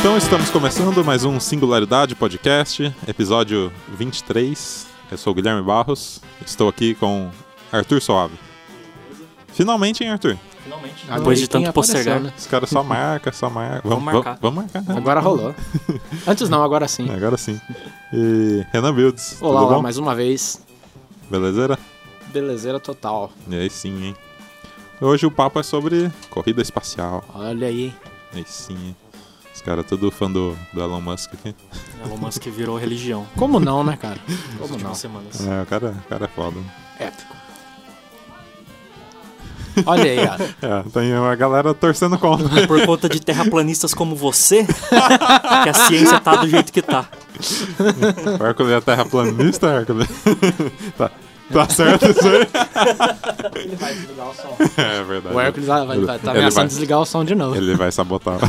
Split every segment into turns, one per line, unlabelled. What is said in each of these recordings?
Então Estamos começando mais um Singularidade Podcast, episódio 23. Eu sou o Guilherme Barros, estou aqui com Arthur Soave. Finalmente, hein, Arthur?
Finalmente.
Depois de
Leitinho
tanto
apareceu,
postergar.
né?
Os caras só marca, só marca.
Vamos
Vamos,
marcar.
vamos marcar, né?
Agora rolou. Antes não, agora sim.
Agora sim. E Renan Builds,
Olá,
É. tudo
olá,
bom?
mais uma vez.
Belezeira?
Belezeira total.
E aí sim, hein? Hoje o papo é sobre corrida espacial.
Olha aí.
E aí sim, hein? Os caras é tudo fã do, do Elon Musk aqui.
Elon Musk virou religião
Como não, né, cara?
nas
Como não?
últimas semanas.
É, o cara, o cara é foda.
Épico. Olha aí, cara.
É, tem a galera torcendo contra.
Por conta de terraplanistas como você, que a ciência tá do jeito que tá.
O Hércules é terraplanista, Hércules? tá, tá certo isso aí?
Ele vai desligar o som.
É verdade.
O Hércules vai, vai, tá
Ele
ameaçando
vai.
desligar o som de novo.
Ele vai sabotar.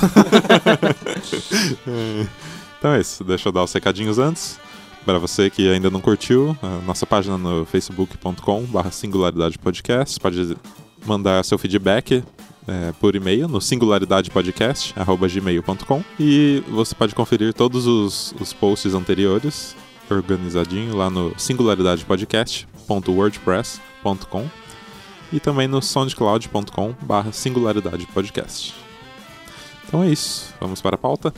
então é isso. Deixa eu dar os recadinhos antes. Para você que ainda não curtiu, a nossa página no facebook.com barra singularidade podcast. Pode mandar seu feedback é, por e-mail no singularidadepodcast.gmail.com e você pode conferir todos os, os posts anteriores organizadinho lá no singularidadepodcast.wordpress.com e também no soundcloud.com barra singularidade podcast. Então é isso, vamos para a pauta.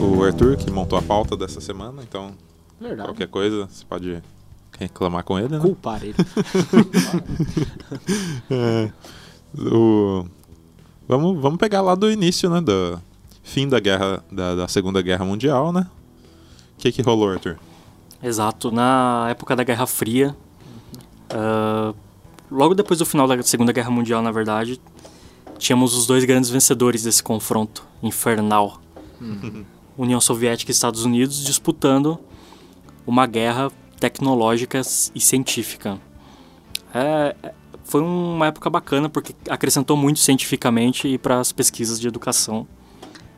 O Arthur que montou a pauta dessa semana, então
Verdade.
qualquer coisa você pode reclamar com ele, né?
Culpar ele.
O- Vamos, vamos pegar lá do início, né? Do fim da guerra da, da Segunda Guerra Mundial, né? O que, que rolou, Arthur?
Exato, na época da Guerra Fria, ah, logo depois do final da Segunda Guerra Mundial, na verdade, tínhamos os dois grandes vencedores desse confronto infernal. União Soviética e Estados Unidos disputando uma guerra tecnológica s- e científica. É, é, foi uma época bacana porque acrescentou muito cientificamente e para as pesquisas de educação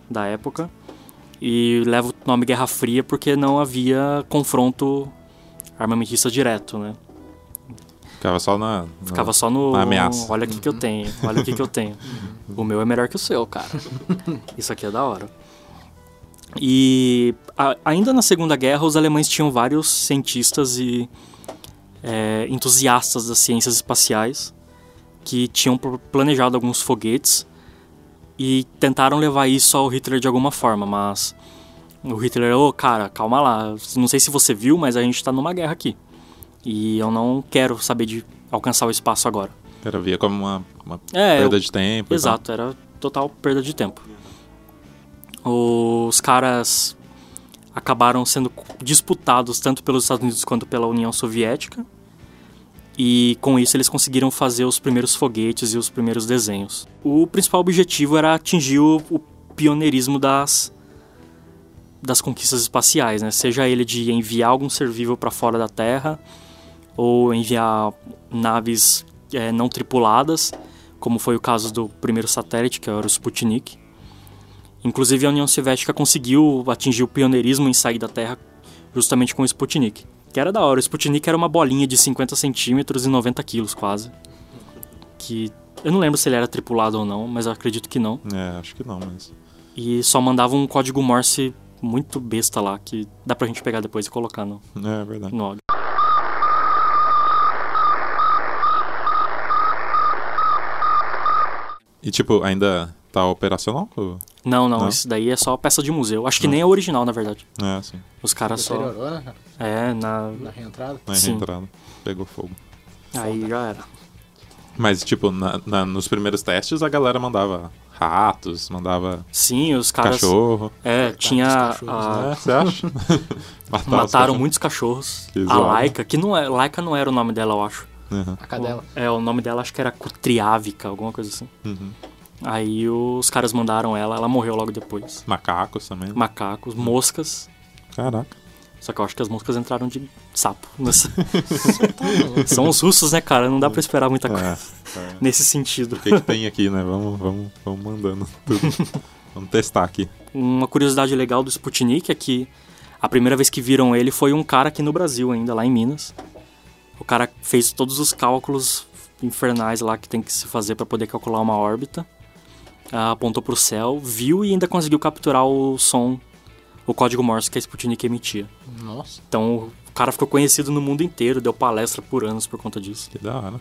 da época e leva o nome Guerra Fria porque não havia confronto armamentista direto, né?
Ficava só na. na-
Ficava só no
Uma ameaça.
olha o que que eu tenho, olha o que que eu tenho. O meu é melhor que o seu, cara. Isso aqui é da hora. E a- ainda na Segunda Guerra, os alemães tinham vários cientistas e é, entusiastas das ciências espaciais que tinham pl- planejado alguns foguetes e tentaram levar isso ao Hitler de alguma forma, mas o Hitler, ô cara, calma lá, não sei se você viu, mas a gente tá numa guerra aqui. E eu não quero saber de alcançar o espaço agora.
Era via como uma, uma
É,
perda
eu-
de tempo. né? e
Exato, era total perda de tempo. Os caras acabaram sendo disputados tanto pelos Estados Unidos quanto pela União Soviética. E com isso eles conseguiram fazer os primeiros foguetes e os primeiros desenhos. O principal objetivo era atingir o, o pioneirismo das das conquistas espaciais, né? Seja ele de enviar algum ser vivo para fora da Terra ou enviar naves eh, não tripuladas como foi o caso do primeiro satélite, que era o Sputnik. Inclusive, a União Soviética conseguiu atingir o pioneirismo em sair da Terra justamente com o Sputnik, que era da hora. O Sputnik era uma bolinha de 50 centímetros e 90 quilos, quase. Que eu não lembro se ele era tripulado ou não, mas eu acredito que não.
tal. É, acho que não, mas.
E só mandava um código Morse muito besta lá, que dá pra gente pegar depois e colocar no,
É, é verdade.
no áudio.
E tipo, ainda tá operacional? Ou...
Não, não,
Não?
isso daí é só peça de museu. Acho que nem é original, na verdade.
É, assim.
Os caras só.
Deteriorou, né, cara?
É, na.
Na reentrada.
Na
Sim.
reentrada. Pegou fogo.
Aí já era.
Mas, tipo, na- na- nos primeiros testes a galera mandava ratos, mandava
Sim, os caras.
cachorro.
É, tinha.
os cachorros, né?
a-
É, você acha? Matava os
mataram
cachorros.
muitos cachorros.
Que
a
zoado.
Laika, que não é. Laika não era o nome dela, eu acho.
Uhum.
A cadela.
É, o nome dela acho que era Cutriávica, alguma coisa assim.
Uhum.
Aí os caras mandaram ela, ela morreu logo depois.
Macacos também. né?
Macacos, moscas.
Caraca.
Só que eu acho que as moscas entraram de sapo. nessa-
Tá
São os russos, né, cara? Não dá pra esperar muita coisa
É.
nesse sentido.
O que, que tem aqui, né? Vamos, vamos, vamos mandando tudo. Vamos testar aqui.
Uma curiosidade legal do Sputnik é que a primeira vez que viram ele foi um cara aqui no Brasil ainda, lá em Minas. O cara fez todos os cálculos infernais lá que tem que se fazer para poder calcular uma órbita. Ah, apontou para o céu, viu e ainda conseguiu capturar o som, o código Morse que a Sputnik emitia.
Nossa.
Então o cara ficou conhecido no mundo inteiro, deu palestra por anos por conta disso.
Que da hora.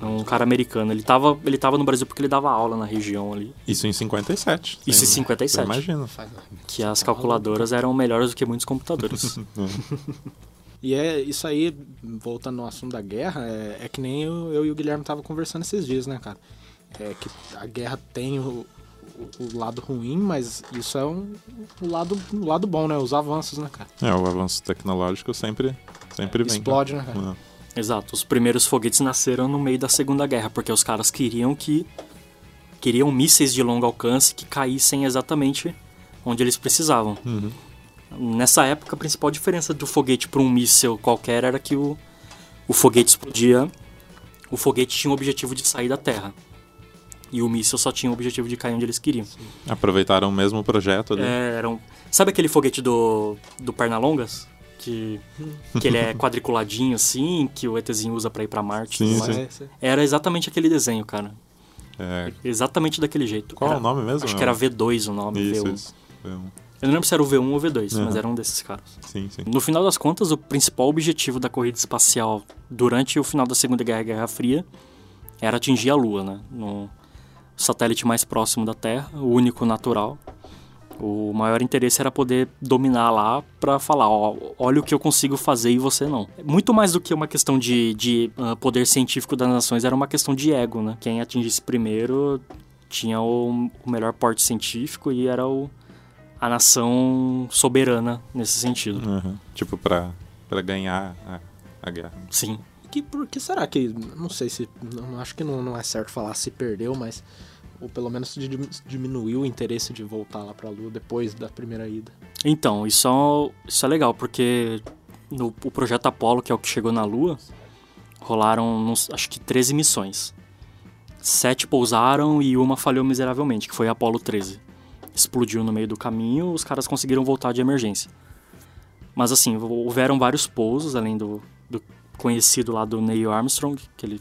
É um cara americano. Ele tava, ele tava no Brasil porque ele dava aula na região ali.
Isso em 57.
Isso
Você
em 57.
Imagina.
Faz-
Que as calculadoras eram melhores do que muitos computadores.
E é isso aí, voltando ao assunto da guerra, é, é que nem eu, eu e o Guilherme tava conversando esses dias, né, cara? É que a guerra tem o, o- o lado ruim, mas isso é um, o, lado, o lado bom, né? Os avanços, né, cara?
É, o avanço tecnológico sempre, sempre vem.
Explode, né, cara?
Né?
Exato. Os primeiros foguetes nasceram no meio da Segunda Guerra, porque os caras queriam que. queriam mísseis de longo alcance que caíssem exatamente onde eles precisavam.
Uhum.
Nessa época, a principal diferença do foguete para um míssil qualquer era que o, o foguete explodia. O foguete tinha o objetivo de sair da Terra. E o míssil só tinha o objetivo de cair onde eles queriam.
Aproveitaram o mesmo projeto ali.
É, era um- Sabe aquele foguete do, do Pernalongas? Que,
Hum.
que ele é quadriculadinho assim, que o ETzinho usa pra ir pra Marte. e tudo
Sim,
mais.
sim.
Mas, é,
Era exatamente aquele desenho, cara.
É,
Exatamente daquele jeito.
Qual
Era-
o nome mesmo? É um-
Acho que era V2 o nome,
Isso,
V1.
isso. V1.
Eu não lembro se era o V1 ou o V2,
Aham.
mas era um desses caras.
Sim, sim.
No final das contas, o principal objetivo da corrida espacial durante o final da Segunda Guerra, Guerra Fria era atingir a Lua, né? No satélite mais próximo da Terra, o único natural. O maior interesse era poder dominar lá pra falar, ó, olha o que eu consigo fazer e você não. Muito mais do que uma questão de, de ah, poder científico das nações, era uma questão de ego, né? Quem atingisse primeiro tinha o, o melhor porte científico e era o, a nação soberana nesse sentido.
Uhum. Tipo, pra, pra ganhar a, a guerra.
Sim.
que, por que será que. Não sei se. Não, acho que não, não é certo falar se perdeu, mas. Ou pelo menos di- diminuiu o interesse de voltar lá pra Lua depois da primeira ida.
Então, isso é, isso é legal, porque no o projeto Apollo, que é o que chegou na Lua, rolaram uns- acho que 13 missões. Sete pousaram e uma falhou miseravelmente, que foi a Apollo 13. Explodiu no meio do caminho, os caras conseguiram voltar de emergência. Mas assim, houveram vários pousos, além do, do conhecido lá do Neil Armstrong, que ele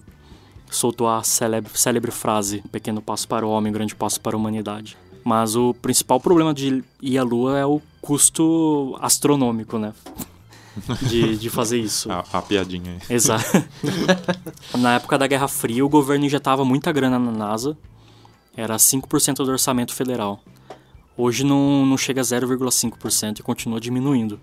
soltou a célebre, célebre frase: Pequeno passo para o homem, grande passo para a humanidade. Mas o principal problema de ir à Lua é o custo astronômico, né? De, de fazer isso.
A, a piadinha aí.
Exato. na época da Guerra Fria, o governo injetava muita grana na NASA. Era 5% do orçamento federal. Hoje não, não chega a 0,5% e continua diminuindo.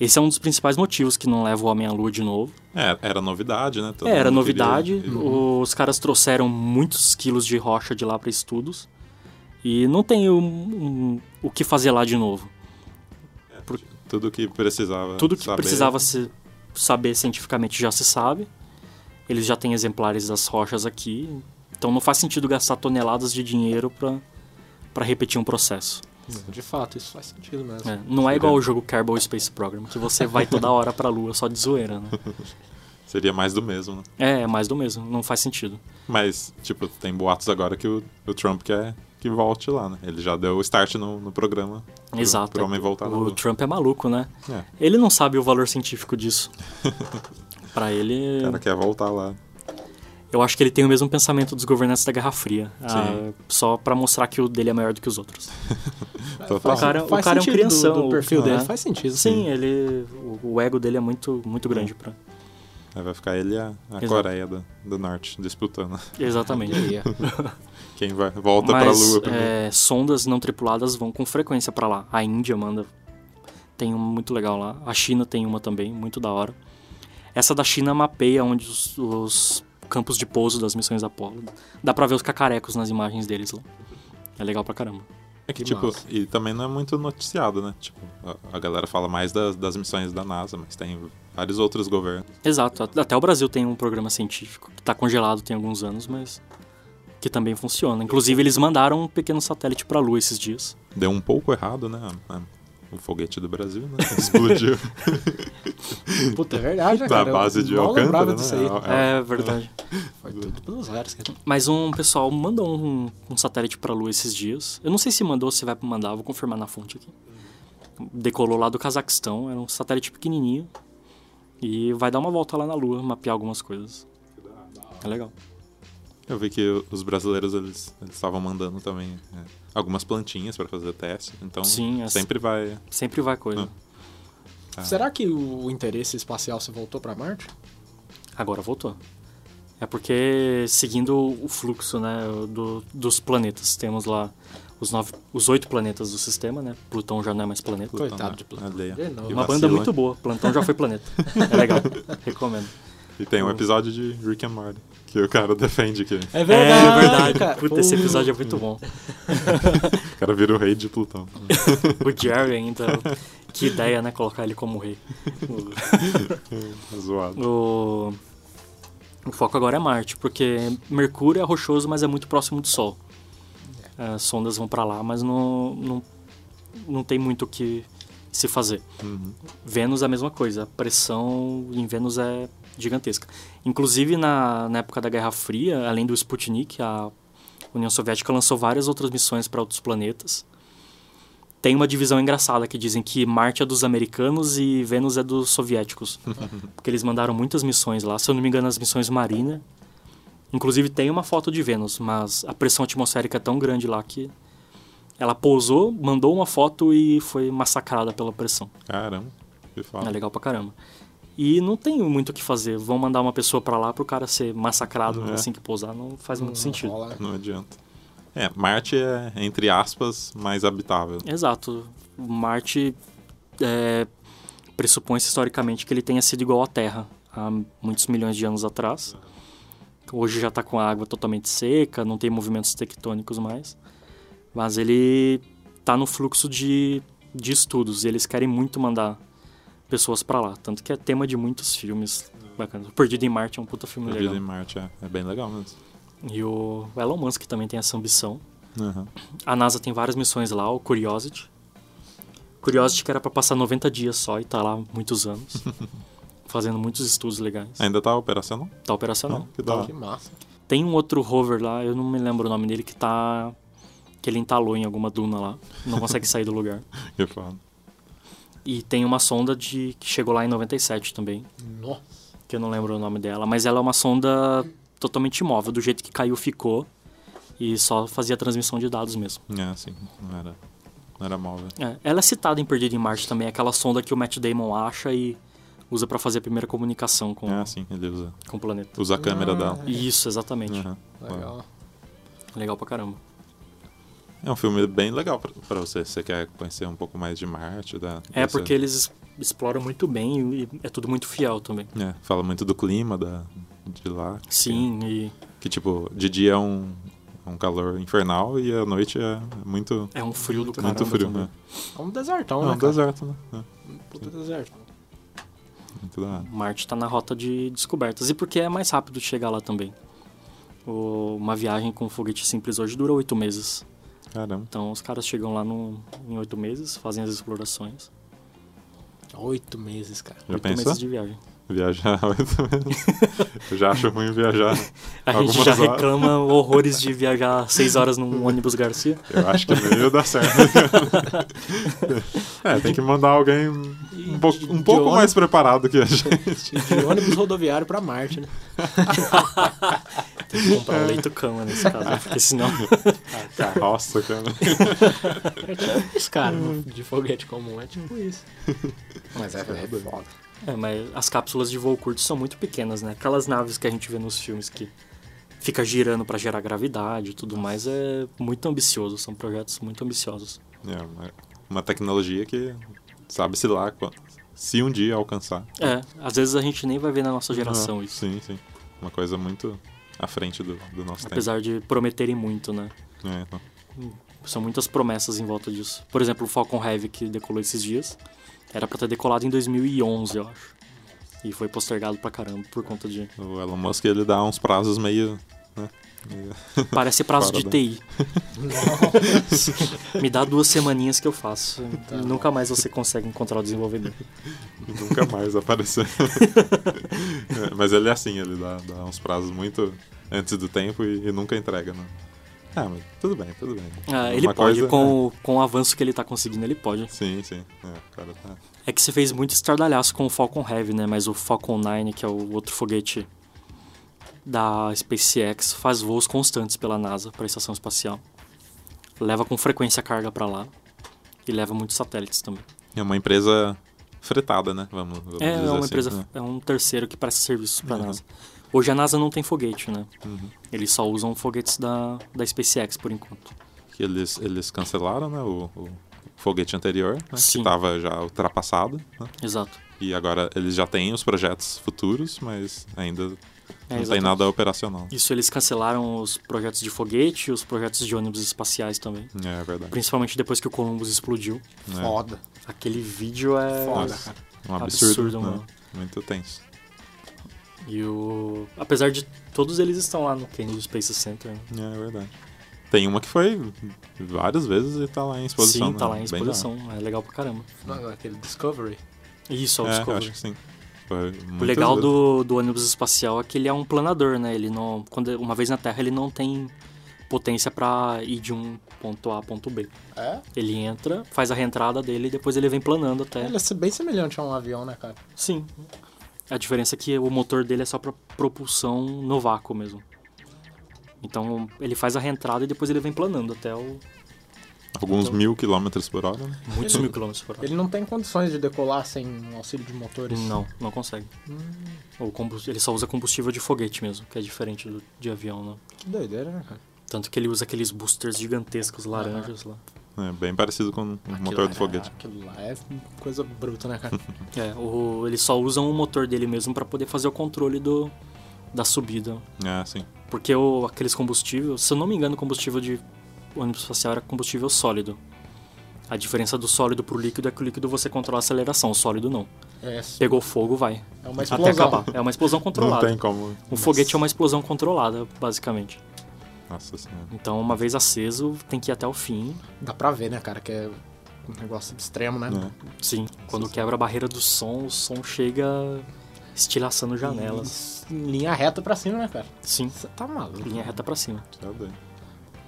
Esse é um dos principais motivos que não leva o homem à lua de novo.
É, era novidade, né? Todo
É, era
mundo queria-
novidade. Os caras trouxeram muitos quilos de rocha de lá para estudos. E não tem um- um- o que fazer lá de novo.
Tudo que precisava.
Tudo que
saber.
precisava se saber cientificamente já se sabe. Eles já têm exemplares das rochas aqui. Então não faz sentido gastar toneladas de dinheiro pra para repetir um processo.
Uhum.
De fato, isso faz sentido mesmo.
É, não é igual o jogo Kerbal Space Program, que você vai toda hora pra lua só de zoeira, né?
Seria mais do mesmo, né?
É, é mais do mesmo, não faz sentido.
Mas, tipo, tem boatos agora que o, o Trump quer que volte lá, né? Ele já deu o start no, no programa. pro-
Exato.
Pro homem voltar tá na
O
Lua.
Trump é maluco, né?
É.
Ele não sabe o valor científico disso. Pra ele,
O cara quer voltar lá.
eu acho que ele tem o mesmo pensamento dos governantes da Guerra Fria.
Sim.
Ah, só pra mostrar que o dele é maior do que os outros.
Total.
O cara- o cara é um
sentido do-
crianção,
Do, perfil
né?
dele faz sentido.
Sim, ele, o- o ego dele é muito, muito grande pra.
Aí vai ficar ele e a, a
Exato.
Coreia do, do Norte disputando.
Exatamente.
Olha aí, ó.
Quem vai, volta pra
Mas,
Lua primeiro.
é, sondas não tripuladas vão com frequência pra lá. A Índia manda. Tem uma muito legal lá. A China tem uma também, muito da hora. Essa da China mapeia onde os, os campos de pouso das missões Apollo. Dá pra ver os cacarecos nas imagens deles lá. É legal pra caramba.
É que,
Que
tipo,
massa.
e também não é muito noticiado, né? Tipo, a, a galera fala mais das, das missões da NASA, mas tem vários outros governos.
Exato. at- Até o Brasil tem um programa científico que tá congelado tem alguns anos, mas que também funciona. Inclusive, eles mandaram um pequeno satélite pra Lua esses dias.
Deu um pouco errado, né? A- a- O foguete do Brasil, né? Explodiu.
Puta, é verdade, né,
da
cara? Eu
base de
mal
Alcântara,
lembrava
né?
disso aí.
É, é-
É verdade.
Foi tudo pelas áreas, cara.
Mas um pessoal mandou um, um satélite pra Lua esses dias. Eu não sei se mandou ou se vai mandar, vou confirmar na fonte aqui. Decolou lá do Cazaquistão, era um satélite pequenininho. E vai dar uma volta lá na Lua, mapear algumas coisas. É legal.
Eu vi que os brasileiros eles eles estavam mandando também é, algumas plantinhas pra fazer teste. Então
Sim, as-
sempre vai.
Sempre vai coisa.
Ah.
Será que o interesse espacial se voltou pra Marte?
Agora voltou. É porque, seguindo o fluxo né, do- dos planetas, temos lá os, nove, os oito planetas do sistema, né? Plutão já não é mais planeta.
Plutão,
Coitado
né?
de Plutão.
Aldeia.
De novo.
Que vacilo,
Uma banda muito
hein?
boa, Plantão já foi planeta. É legal, recomendo.
E tem um episódio de Rick and Morty que o cara defende que o
É
é verdade. Puta, esse episódio é muito bom.
cara vira o rei de Plutão.
O Jerry ainda. Que ideia, né? Colocar ele como rei.
É Zoado.
O, o foco agora é Marte, porque Mercúrio é rochoso, mas é muito próximo do Sol. É, As sondas vão pra lá, mas não, não, não tem muito o que se fazer.
Uhum.
Vênus é a mesma coisa, a pressão em Vênus é gigantesca. Inclusive, na, na época da Guerra Fria, além do Sputnik, a União Soviética lançou várias outras missões para outros planetas. Tem uma divisão engraçada que dizem que Marte é dos americanos e Vênus é dos soviéticos. porque eles mandaram muitas missões lá, se eu não me engano, as missões Marina. Inclusive, tem uma foto de Vênus, mas a pressão atmosférica é tão grande lá que ela pousou, mandou uma foto e foi massacrada pela pressão.
Caramba. Que
É
fala.
legal pra caramba. E não tem muito o que fazer. Vão mandar uma pessoa pra lá pro cara ser massacrado
É.
assim que pousar. Não faz muito sentido.
Rola, né?
Não adianta. É, Marte é, entre aspas, mais habitável.
É, Exato. Marte é, pressupõe-se historicamente que ele tenha sido igual à Terra há muitos milhões de anos atrás. Hoje já está com a água totalmente seca, não tem movimentos tectônicos mais. Mas ele está no fluxo de, de estudos e eles querem muito mandar pessoas para lá. Tanto que é tema de muitos filmes bacanas. O Perdido em Marte é um puta filme
A vida em
legal.
Marte é, é bem legal mesmo.
E o Elon Musk também tem essa ambição.
Uhum.
A NASA tem várias missões lá, o Curiosity. Curiosity que era pra passar 90 dias só e tá lá muitos anos. fazendo muitos estudos legais.
Ainda tá operacional?
Tá operacional.
que da
Que
hora.
massa.
Tem um outro rover lá, eu não me lembro o nome dele, que tá. que ele entalou em alguma duna lá. Não consegue sair do lugar.
Que foda.
E tem uma sonda de que chegou lá em 97 também,
Nossa.
que eu não lembro o nome dela, mas ela é uma sonda totalmente imóvel, do jeito que caiu ficou. E só fazia transmissão de dados mesmo.
É, sim. Não era, não era móvel.
É, ela é citada em Perdido em Marte também, é aquela sonda que o Matt Damon acha e usa pra fazer a primeira comunicação com,
É, sim. Ele usa,
com o planeta.
usa a
Ah,
câmera dela.
Isso, exatamente.
Uhum.
Legal.
Legal pra caramba.
É um filme bem legal pra, pra você. Se você quer conhecer um pouco mais de Marte. Da,
É
dessa-
porque eles es- exploram muito bem e é tudo muito fiel também.
É, fala muito do clima da, de lá.
Sim, e
Que, tipo, de dia é um, é um calor infernal e à noite é muito,
é um frio do caramba.
muito frio,
também.
né?
É um desertão,
É um
né? cara?
deserto, né? É,
Puta desertão.
muito da hora.
Marte tá na rota de descobertas. E porque é mais rápido de chegar lá também. O- Uma viagem com foguete simples hoje dura oito meses.
Caramba.
Então os caras chegam lá no- em oito meses, fazem as explorações.
Oito meses, cara.
Já
oito
pensou?
meses de viagem.
Viajar oito meses. Eu já acho ruim viajar.
A gente
Algumas
já
horas.
reclama horrores de viajar seis horas num ônibus Garcia.
Eu acho que meio dá certo. é, tem que mandar alguém um, pouco- um
de
pouco
ônibus.
mais preparado que a gente.
tipo De ônibus rodoviário pra Marte, né?
Tem que comprar um leito cama nesse caso, né? porque senão.
Carroça, cara.
É tipo isso, cara.
Uhum.
De foguete comum é tipo isso. Mas é, é foda.
É, mas as cápsulas de voo curto são muito pequenas, né? Aquelas naves que a gente vê nos filmes que fica girando pra gerar gravidade e tudo mais é muito ambicioso, são projetos muito ambiciosos.
É uma, uma tecnologia que sabe-se lá quan- se um dia alcançar.
É, às vezes a gente nem vai ver na nossa geração
Ah,
isso.
Sim, sim. Uma coisa muito à frente do, do nosso
Apesar de prometerem muito, né?
tempo. É, então,
São muitas promessas em volta disso. Por exemplo, o Falcon Heavy que decolou esses dias, era pra ter decolado em 2011, eu acho. E foi postergado pra caramba por conta de
o Elon Musk ele dá uns prazos meio. Né? meio-
Parece prazo de
Fora da-
TI. Me dá duas semaninhas que eu faço. E Nunca mais você consegue encontrar o desenvolvedor.
E nunca mais apareceu. É, mas ele é assim, ele dá, dá uns prazos muito antes do tempo e, e nunca entrega, né? Ah, mas tudo bem, tudo bem.
Ah,
É Uma
ele pode,
coisa- né?
com, o- com o avanço que ele tá conseguindo, ele pode.
Sim, sim. É, o cara tá.
É que você fez muito estardalhaço com o Falcon Heavy, né? Mas o Falcon 9, que é o outro foguete da SpaceX, faz voos constantes pela NASA para a estação espacial. Leva com frequência carga para lá e leva muitos satélites também.
É uma empresa fretada, né? Vamos, vamos
É, é
dizer
uma
assim,
empresa,
né?
é um terceiro que presta serviços para a
Uhum.
NASA. Hoje a NASA não tem foguete, né?
Uhum.
Eles só usam foguetes da, da SpaceX por enquanto.
Que eles, eles cancelaram, né? O, o foguete anterior, né?
Sim.
Que tava já ultrapassado, né?
Exato.
E agora eles já têm os projetos futuros, mas ainda
É,
não tem
exatamente.
nada operacional.
Isso, eles cancelaram os projetos de foguete e os projetos de ônibus espaciais também.
É verdade.
Principalmente depois que o Columbus explodiu.
É.
Foda,
Aquele vídeo é
foda,
Nossa.
cara.
Um absurdo,
absurdo,
né?
mano.
Muito tenso.
E o. Apesar de todos eles estão lá no Kennedy Space Center. né?
É verdade. Tem uma que foi várias vezes e tá lá em exposição.
sim, tá
né?
lá em
Bem
exposição. É legal pra caramba.
Não, aquele Discovery.
Isso, é o
da hora. É, eu
Discovery.
acho que sim. Foi
O
muitas
legal
vezes.
do, do ônibus espacial é que ele é um planador, né? Ele não, quando uma vez na Terra ele não tem potência pra ir de um ponto A a ponto B.
É?
Ele entra, faz a reentrada dele e depois ele vem planando até.
Ele é bem semelhante a um avião, né, cara?
Sim. A diferença é que o motor dele é só pra propulsão no vácuo mesmo. Então ele faz a reentrada e depois ele vem planando até o
Alguns
Então-
mil quilômetros por hora, né?
muitos
Ele-
mil quilômetros por hora.
Ele é não tem condições de decolar sem auxílio de motores.
Não, não consegue. O combus- Ele só usa combustível de foguete mesmo, que é diferente do, de avião, né?
Que doideira, né, cara?
Tanto que ele usa aqueles boosters gigantescos laranjas lá.
É bem parecido com o
Aquilo
motor
lá
do
é-
foguete.
Aquilo lá é coisa bruta, né, cara?
É, o... eles só usam o motor dele mesmo pra poder fazer o controle do... da subida.
É, sim.
Porque o... aqueles combustíveis, se eu não me engano, o combustível de ônibus espacial era combustível sólido. A diferença do sólido pro líquido é que o líquido você controla a aceleração, o sólido não.
É,
Pegou fogo, vai.
é
Até
uma explosão.
acabar. É uma explosão
Tipo Não
controlada.
tem como.
Um foguete é uma explosão controlada, basicamente.
Nossa senhora.
Então, uma vez aceso, tem que ir até o fim.
Dá pra ver, né, cara, que é um negócio extremo, né?
É.
Sim. Quando
Sim, sim.
quebra a barreira do som, o som chega estilhaçando janelas.
Em em linha reta pra cima, né, cara?
Sim.
Você tá maluco.
Linha reta pra cima.
Tá doido.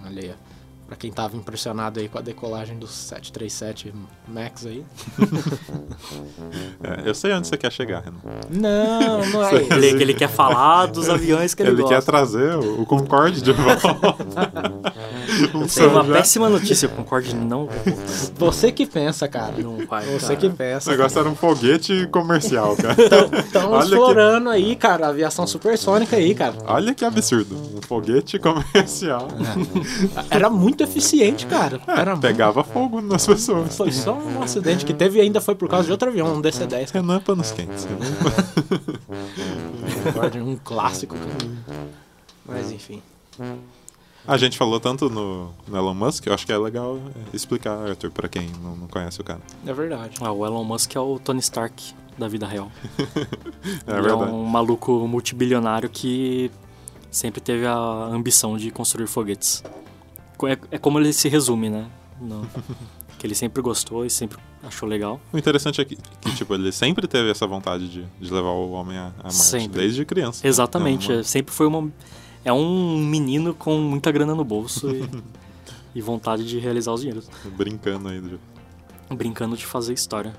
Olha aí, ó. Pra quem tava impressionado aí com a decolagem do 737 Max aí.
É, eu sei onde você quer chegar, Renan.
Não, não é isso.
Ele, ele quer falar dos aviões que ele,
Ele, quer
gosta.
trazer o, o Concorde de volta. um
Tem uma
São
péssima notícia, eu concordo, não,
Você que pensa, cara.
não vai.
Você
cara.
que
Esse
pensa.
negócio era um foguete comercial, cara.
Então-
Estão
Olha que-
explorando aí, cara, a aviação supersônica aí, cara.
Olha que absurdo. Um foguete comercial.
É,
Era muito eficiente, cara. Era
Pegava fogo nas pessoas.
Foi só um acidente que teve e ainda foi por causa de outro avião, um DC-10.
Renan Panos Quentes.
Concorde, um clássico.
Uhum.
cara. Mas enfim.
A gente falou tanto no, no Elon Musk, eu acho que é legal explicar, Arthur, pra quem não, não conhece o cara.
É verdade.
Ah, o Elon Musk é o Tony Stark da vida real.
É
ele é
verdade.
um maluco multibilionário que sempre teve a ambição de construir foguetes. Co- É, é como ele se resume, né? No- que ele sempre gostou e sempre achou legal.
O interessante é que, que, tipo, ele sempre teve essa vontade de, de levar o homem a, a Marte.
Sempre.
Desde criança.
Exatamente,
É
é- sempre foi uma, é um menino com muita grana no bolso e, e vontade de realizar os dinheiros.
uma- brincando aí. do-
brincando de fazer história.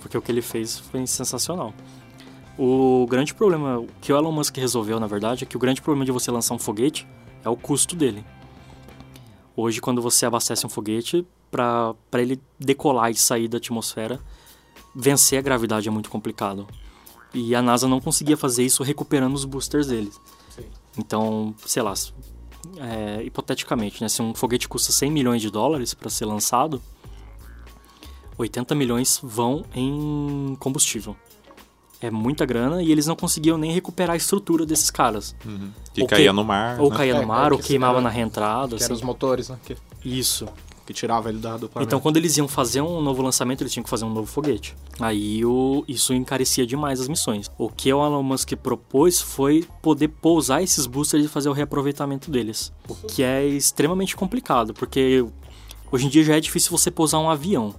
Porque o que ele fez foi sensacional. O grande problema o que o Elon Musk resolveu, na verdade, é que o grande problema de você lançar um foguete é o custo dele. Hoje, quando você abastece um foguete, para ele decolar e sair da atmosfera, vencer a gravidade é muito complicado. E a NASA não conseguia fazer isso recuperando os boosters deles.
Sim.
Então, sei lá, s- é, hipoteticamente, né, se um foguete custa 100 milhões de dólares para ser lançado, 80 milhões vão em combustível. É muita grana e eles não conseguiam nem recuperar a estrutura desses caras.
Uhum. Que
Ou que-
caía no mar.
Ou
né?
caía
É,
no mar,
é,
ou
que
queimava
era-
na reentrada.
Que
assim.
eram os motores, né? Que,
Isso.
que tirava ele da, do planeta.
Então, quando eles iam fazer um novo lançamento, eles tinham que fazer um novo foguete. Aí o- isso encarecia demais as missões. O que o Elon Musk propôs foi poder pousar esses boosters e fazer o reaproveitamento deles. O que é extremamente complicado, porque hoje em dia já é difícil você pousar um avião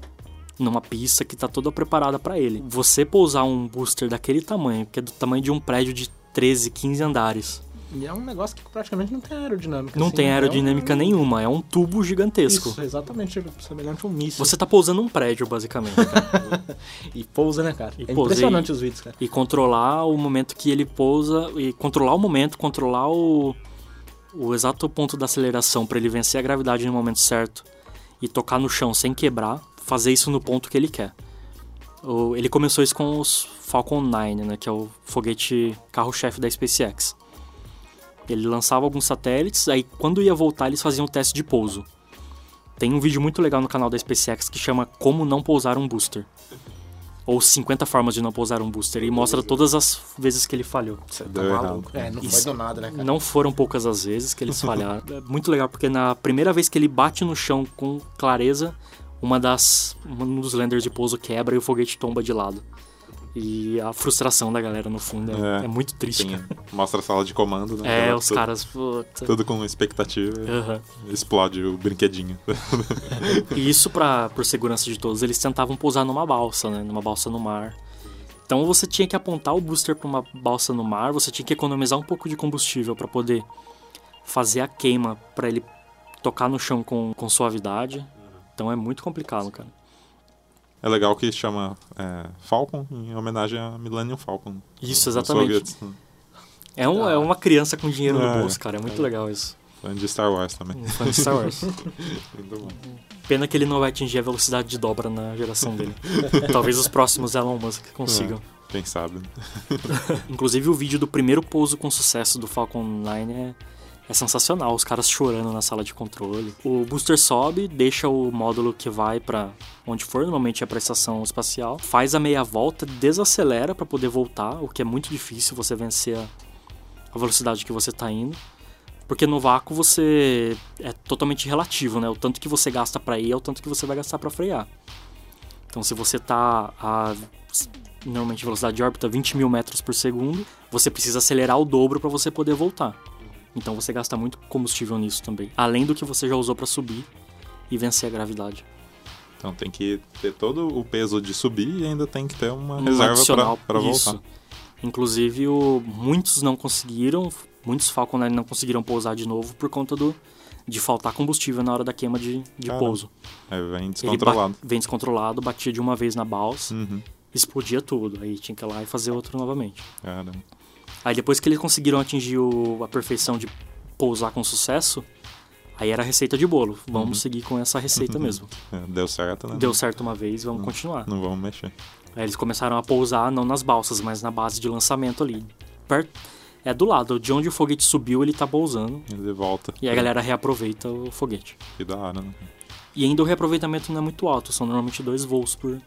numa pista que tá toda preparada para ele. Você pousar um booster daquele tamanho, que é do tamanho de um prédio de 13, 15 andares,
E é um negócio que praticamente não tem aerodinâmica.
Não
assim,
tem
é um-
aerodinâmica nenhuma, é um tubo gigantesco.
Isso, exatamente, semelhante a um míssil.
Você tá pousando um prédio, basicamente.
E pousa, né, cara?
E
é
pousa,
impressionante os vídeos, cara.
e controlar o momento que ele pousa, e controlar o momento, controlar o, o exato ponto da aceleração para ele vencer a gravidade no momento certo e tocar no chão sem quebrar, fazer isso no ponto que ele quer. O- ele começou isso com os Falcon 9, né, que é o foguete carro-chefe da SpaceX. Ele lançava alguns satélites, aí quando ia voltar eles faziam o teste de pouso. Tem um vídeo muito legal no canal da SpaceX que chama Como Não Pousar um Booster. Ou 50 formas de não pousar um booster. E mostra todas as vezes que ele falhou.
Você
Deu errado.
É, não foi
Isso.
do nada, né, cara?
Não foram poucas as vezes que eles falharam. É muito legal, porque na primeira vez que ele bate no chão com clareza, uma das. Um dos landers de pouso quebra e o foguete tomba de lado. E a frustração da galera no fundo é,
É.
é muito triste.
Sim,
cara.
mostra a sala de comando, né?
É,
Ela
os tá-
tudo-
caras. puta.
Tudo com expectativa.
Aham.
Explode o brinquedinho.
E isso, pra, por segurança de todos, eles tentavam pousar numa balsa, né? Numa balsa no mar. Então você tinha que apontar o booster pra uma balsa no mar, você tinha que economizar um pouco de combustível pra poder fazer a queima pra ele tocar no chão com, com suavidade. Então é muito complicado, cara.
É legal que chama é, Falcon em homenagem a Millennium Falcon.
Isso,
Os
exatamente.
foguetes, né?
É, um- é uma criança com dinheiro
Ah,
no bolso, cara. É muito legal isso.
Fã de Star Wars também.
Um fã de Star Wars.
Muito bom.
Pena que ele não vai atingir a velocidade de dobra na geração dele. Talvez os próximos Elon Musk consigam.
Quem sabe. né?
Inclusive o vídeo do primeiro pouso com sucesso do Falcon 9 é, é sensacional, os caras chorando na sala de controle. O booster sobe, deixa o módulo que vai pra onde for, normalmente é pra estação espacial, faz a meia volta, desacelera pra poder voltar, o que é muito difícil você vencer a, a velocidade que você tá indo. Porque no vácuo você é totalmente relativo, né? O tanto que você gasta pra ir é o tanto que você vai gastar pra frear. Então se você tá a normalmente velocidade de órbita 20 mil metros por segundo, você precisa acelerar o dobro para você poder voltar. Então você gasta muito combustível nisso também, além do que você já usou para subir e vencer a gravidade.
Então tem que ter todo o peso de subir e ainda tem que ter uma
Um
Ah, reserva
adicional
para
isso.
voltar.
Inclusive, o- muitos não conseguiram, muitos Falcon 9 não conseguiram pousar de novo por conta do de faltar combustível na hora da queima de, de
Caramba.
pouso.
É, vem
Ele ba-
descontrolado.
vem descontrolado, batia de uma vez na balsa,
Uhum.
explodia tudo, aí tinha que ir lá e fazer outro novamente.
Cara,
Aí depois que eles conseguiram atingir o- a perfeição de pousar com sucesso, aí era a receita de bolo. Vamos
Uhum.
seguir com essa receita mesmo.
é, deu certo, né?
Deu certo uma vez, vamos continuar.
Não vamos mexer.
Aí eles começaram a pousar não nas balsas, mas na base de lançamento ali. Perto, é do lado, de onde o foguete subiu, ele tá pousando.
Ele volta.
E a galera reaproveita o foguete.
Que da hora, né?
E ainda o reaproveitamento não é muito alto, são normalmente dois voos por,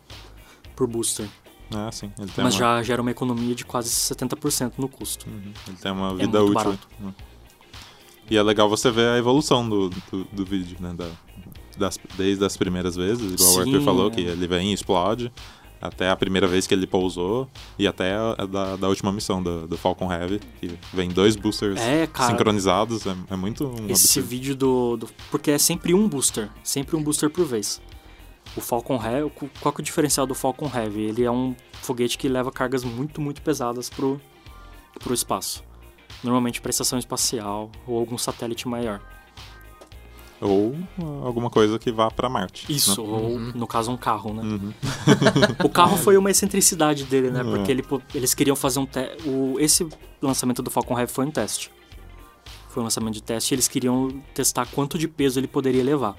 por booster.
Ah, sim. Ele tem
mas
uma...
já gera uma economia de quase 70% no custo.
Uhum. Ele tem uma vida
muito
útil.
barato.
né? E é legal você ver a evolução do, do, do vídeo, né? Da, das, desde as primeiras vezes, igual o
Sim,
Arthur falou,
é.
que ele vem e explode. Até a primeira vez que ele pousou. E até a, a da, da última missão do, do Falcon Heavy, que vem dois boosters
É, cara.
sincronizados. É, é muito um
Esse
absurdo.
vídeo do, do- Porque é sempre um booster. Sempre um booster por vez. O Falcon Heavy. cu- Qual que é o diferencial do Falcon Heavy? Ele é um foguete que leva cargas muito, muito pesadas pro, pro espaço. Normalmente para estação espacial ou algum satélite maior.
Ou ah, alguma coisa que vá pra Marte. né?
Isso, ou no caso um carro, né?
Uhum.
O carro foi uma excentricidade dele, né?
É.
Porque ele po- eles queriam fazer um teste. Esse lançamento do Falcon Heavy foi um teste. Foi um lançamento de teste e eles queriam testar quanto de peso ele poderia levar.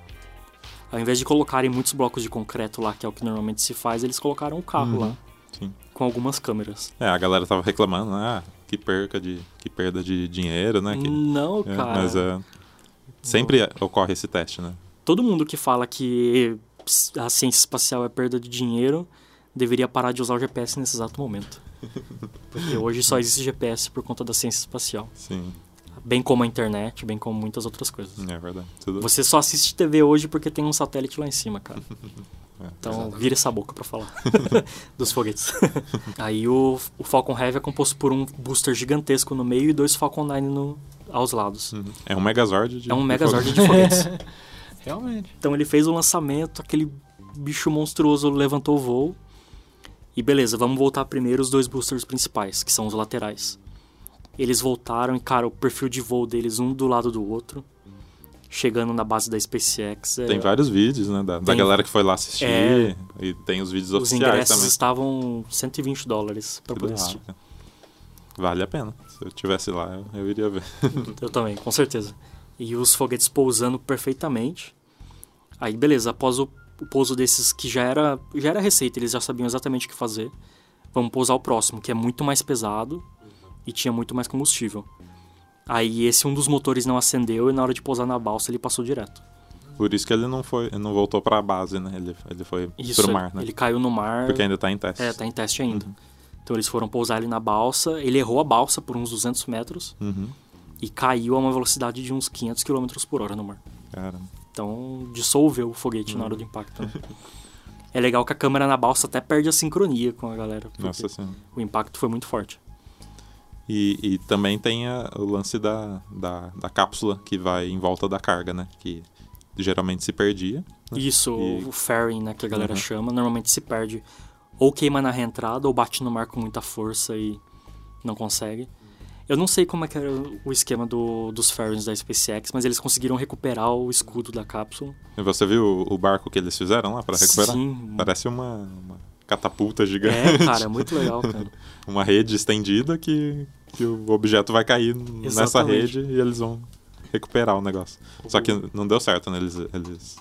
Ao invés de colocarem muitos blocos de concreto lá, que é o que normalmente se faz, eles colocaram o carro
Uhum,
lá.
sim.
Com algumas câmeras.
É, a galera tava reclamando, né? Ah, que perca de. que perda de dinheiro, né? Que,
Não,
é,
cara.
mas é. Sempre ocorre esse teste, né?
Todo mundo que fala que ps, a ciência espacial é perda de dinheiro deveria parar de usar o GPS nesse exato momento. Porque hoje só existe GPS por conta da ciência espacial. tá?
Sim,
Bem como a internet, bem como muitas outras coisas.
é verdade. Tudo-
Você só assiste TV hoje porque tem um satélite lá em cima, cara.
É,
Então vira essa boca pra falar dos foguetes. Aí o, o Falcon Heavy é composto por um booster gigantesco no meio e dois Falcon 9 no, aos lados.
Uhum. É um Megazord de.
É um
de
megazord
fogo.
de foguetes.
Realmente.
Então ele fez o lançamento, aquele bicho monstruoso levantou o voo. E beleza, vamos voltar primeiro os dois boosters principais, que são os laterais. Eles voltaram e, cara, o perfil de voo deles, um do lado do outro, chegando na base da SpaceX. é-
Tem vários vídeos, né? Da, da
Tem-
galera que foi lá assistir.
É.
E tem os vídeos
Os
oficiais
ingressos
também.
estavam 120 dólares pra
Que
poder
da
assistir.
hora. Vale a pena. Se eu tivesse lá, eu, eu iria ver.
Eu também, com certeza. E os foguetes pousando perfeitamente. Aí, beleza, após o, o pouso desses que já era, já era receita, eles já sabiam exatamente o que fazer. Vamos pousar o próximo, que é muito mais pesado e tinha muito mais combustível. Aí esse um dos motores não acendeu e na hora de pousar na balsa ele passou direto.
Por isso que ele não foi, ele não voltou pra base, né? Ele, ele foi
Isso, é,
pro mar, né?
ele caiu no mar.
Porque ainda tá em Uhum. teste.
É, tá em teste ainda. Então eles foram pousar ele na balsa, ele errou a balsa por uns 200 metros
Uhum.
e caiu a uma velocidade de uns 500 km por hora no mar.
Cara,
Então dissolveu o foguete na
Uhum.
hora do impacto. né? é legal que a câmera na balsa até perde a sincronia com a galera. porque
nossa senhora.
O impacto foi muito forte.
E, e também tem a- o lance da, da, da cápsula que vai em volta da carga, né? Que geralmente se perdia.
Isso,
E-
o fairing, né, que a galera
Uhum.
chama, normalmente se perde ou queima na reentrada ou bate no mar com muita força e não consegue. Eu não sei como é que era o esquema do- dos fairings da SpaceX, mas eles conseguiram recuperar o escudo da cápsula.
E você viu o, o barco que eles fizeram lá pra recuperar?
Sim.
Parece uma, uma catapulta gigante.
É, cara, é muito legal, cara.
uma rede estendida que, que o objeto vai cair nessa
Exatamente.
rede e eles vão recuperar o negócio. Só que não deu certo, né? Eles, eles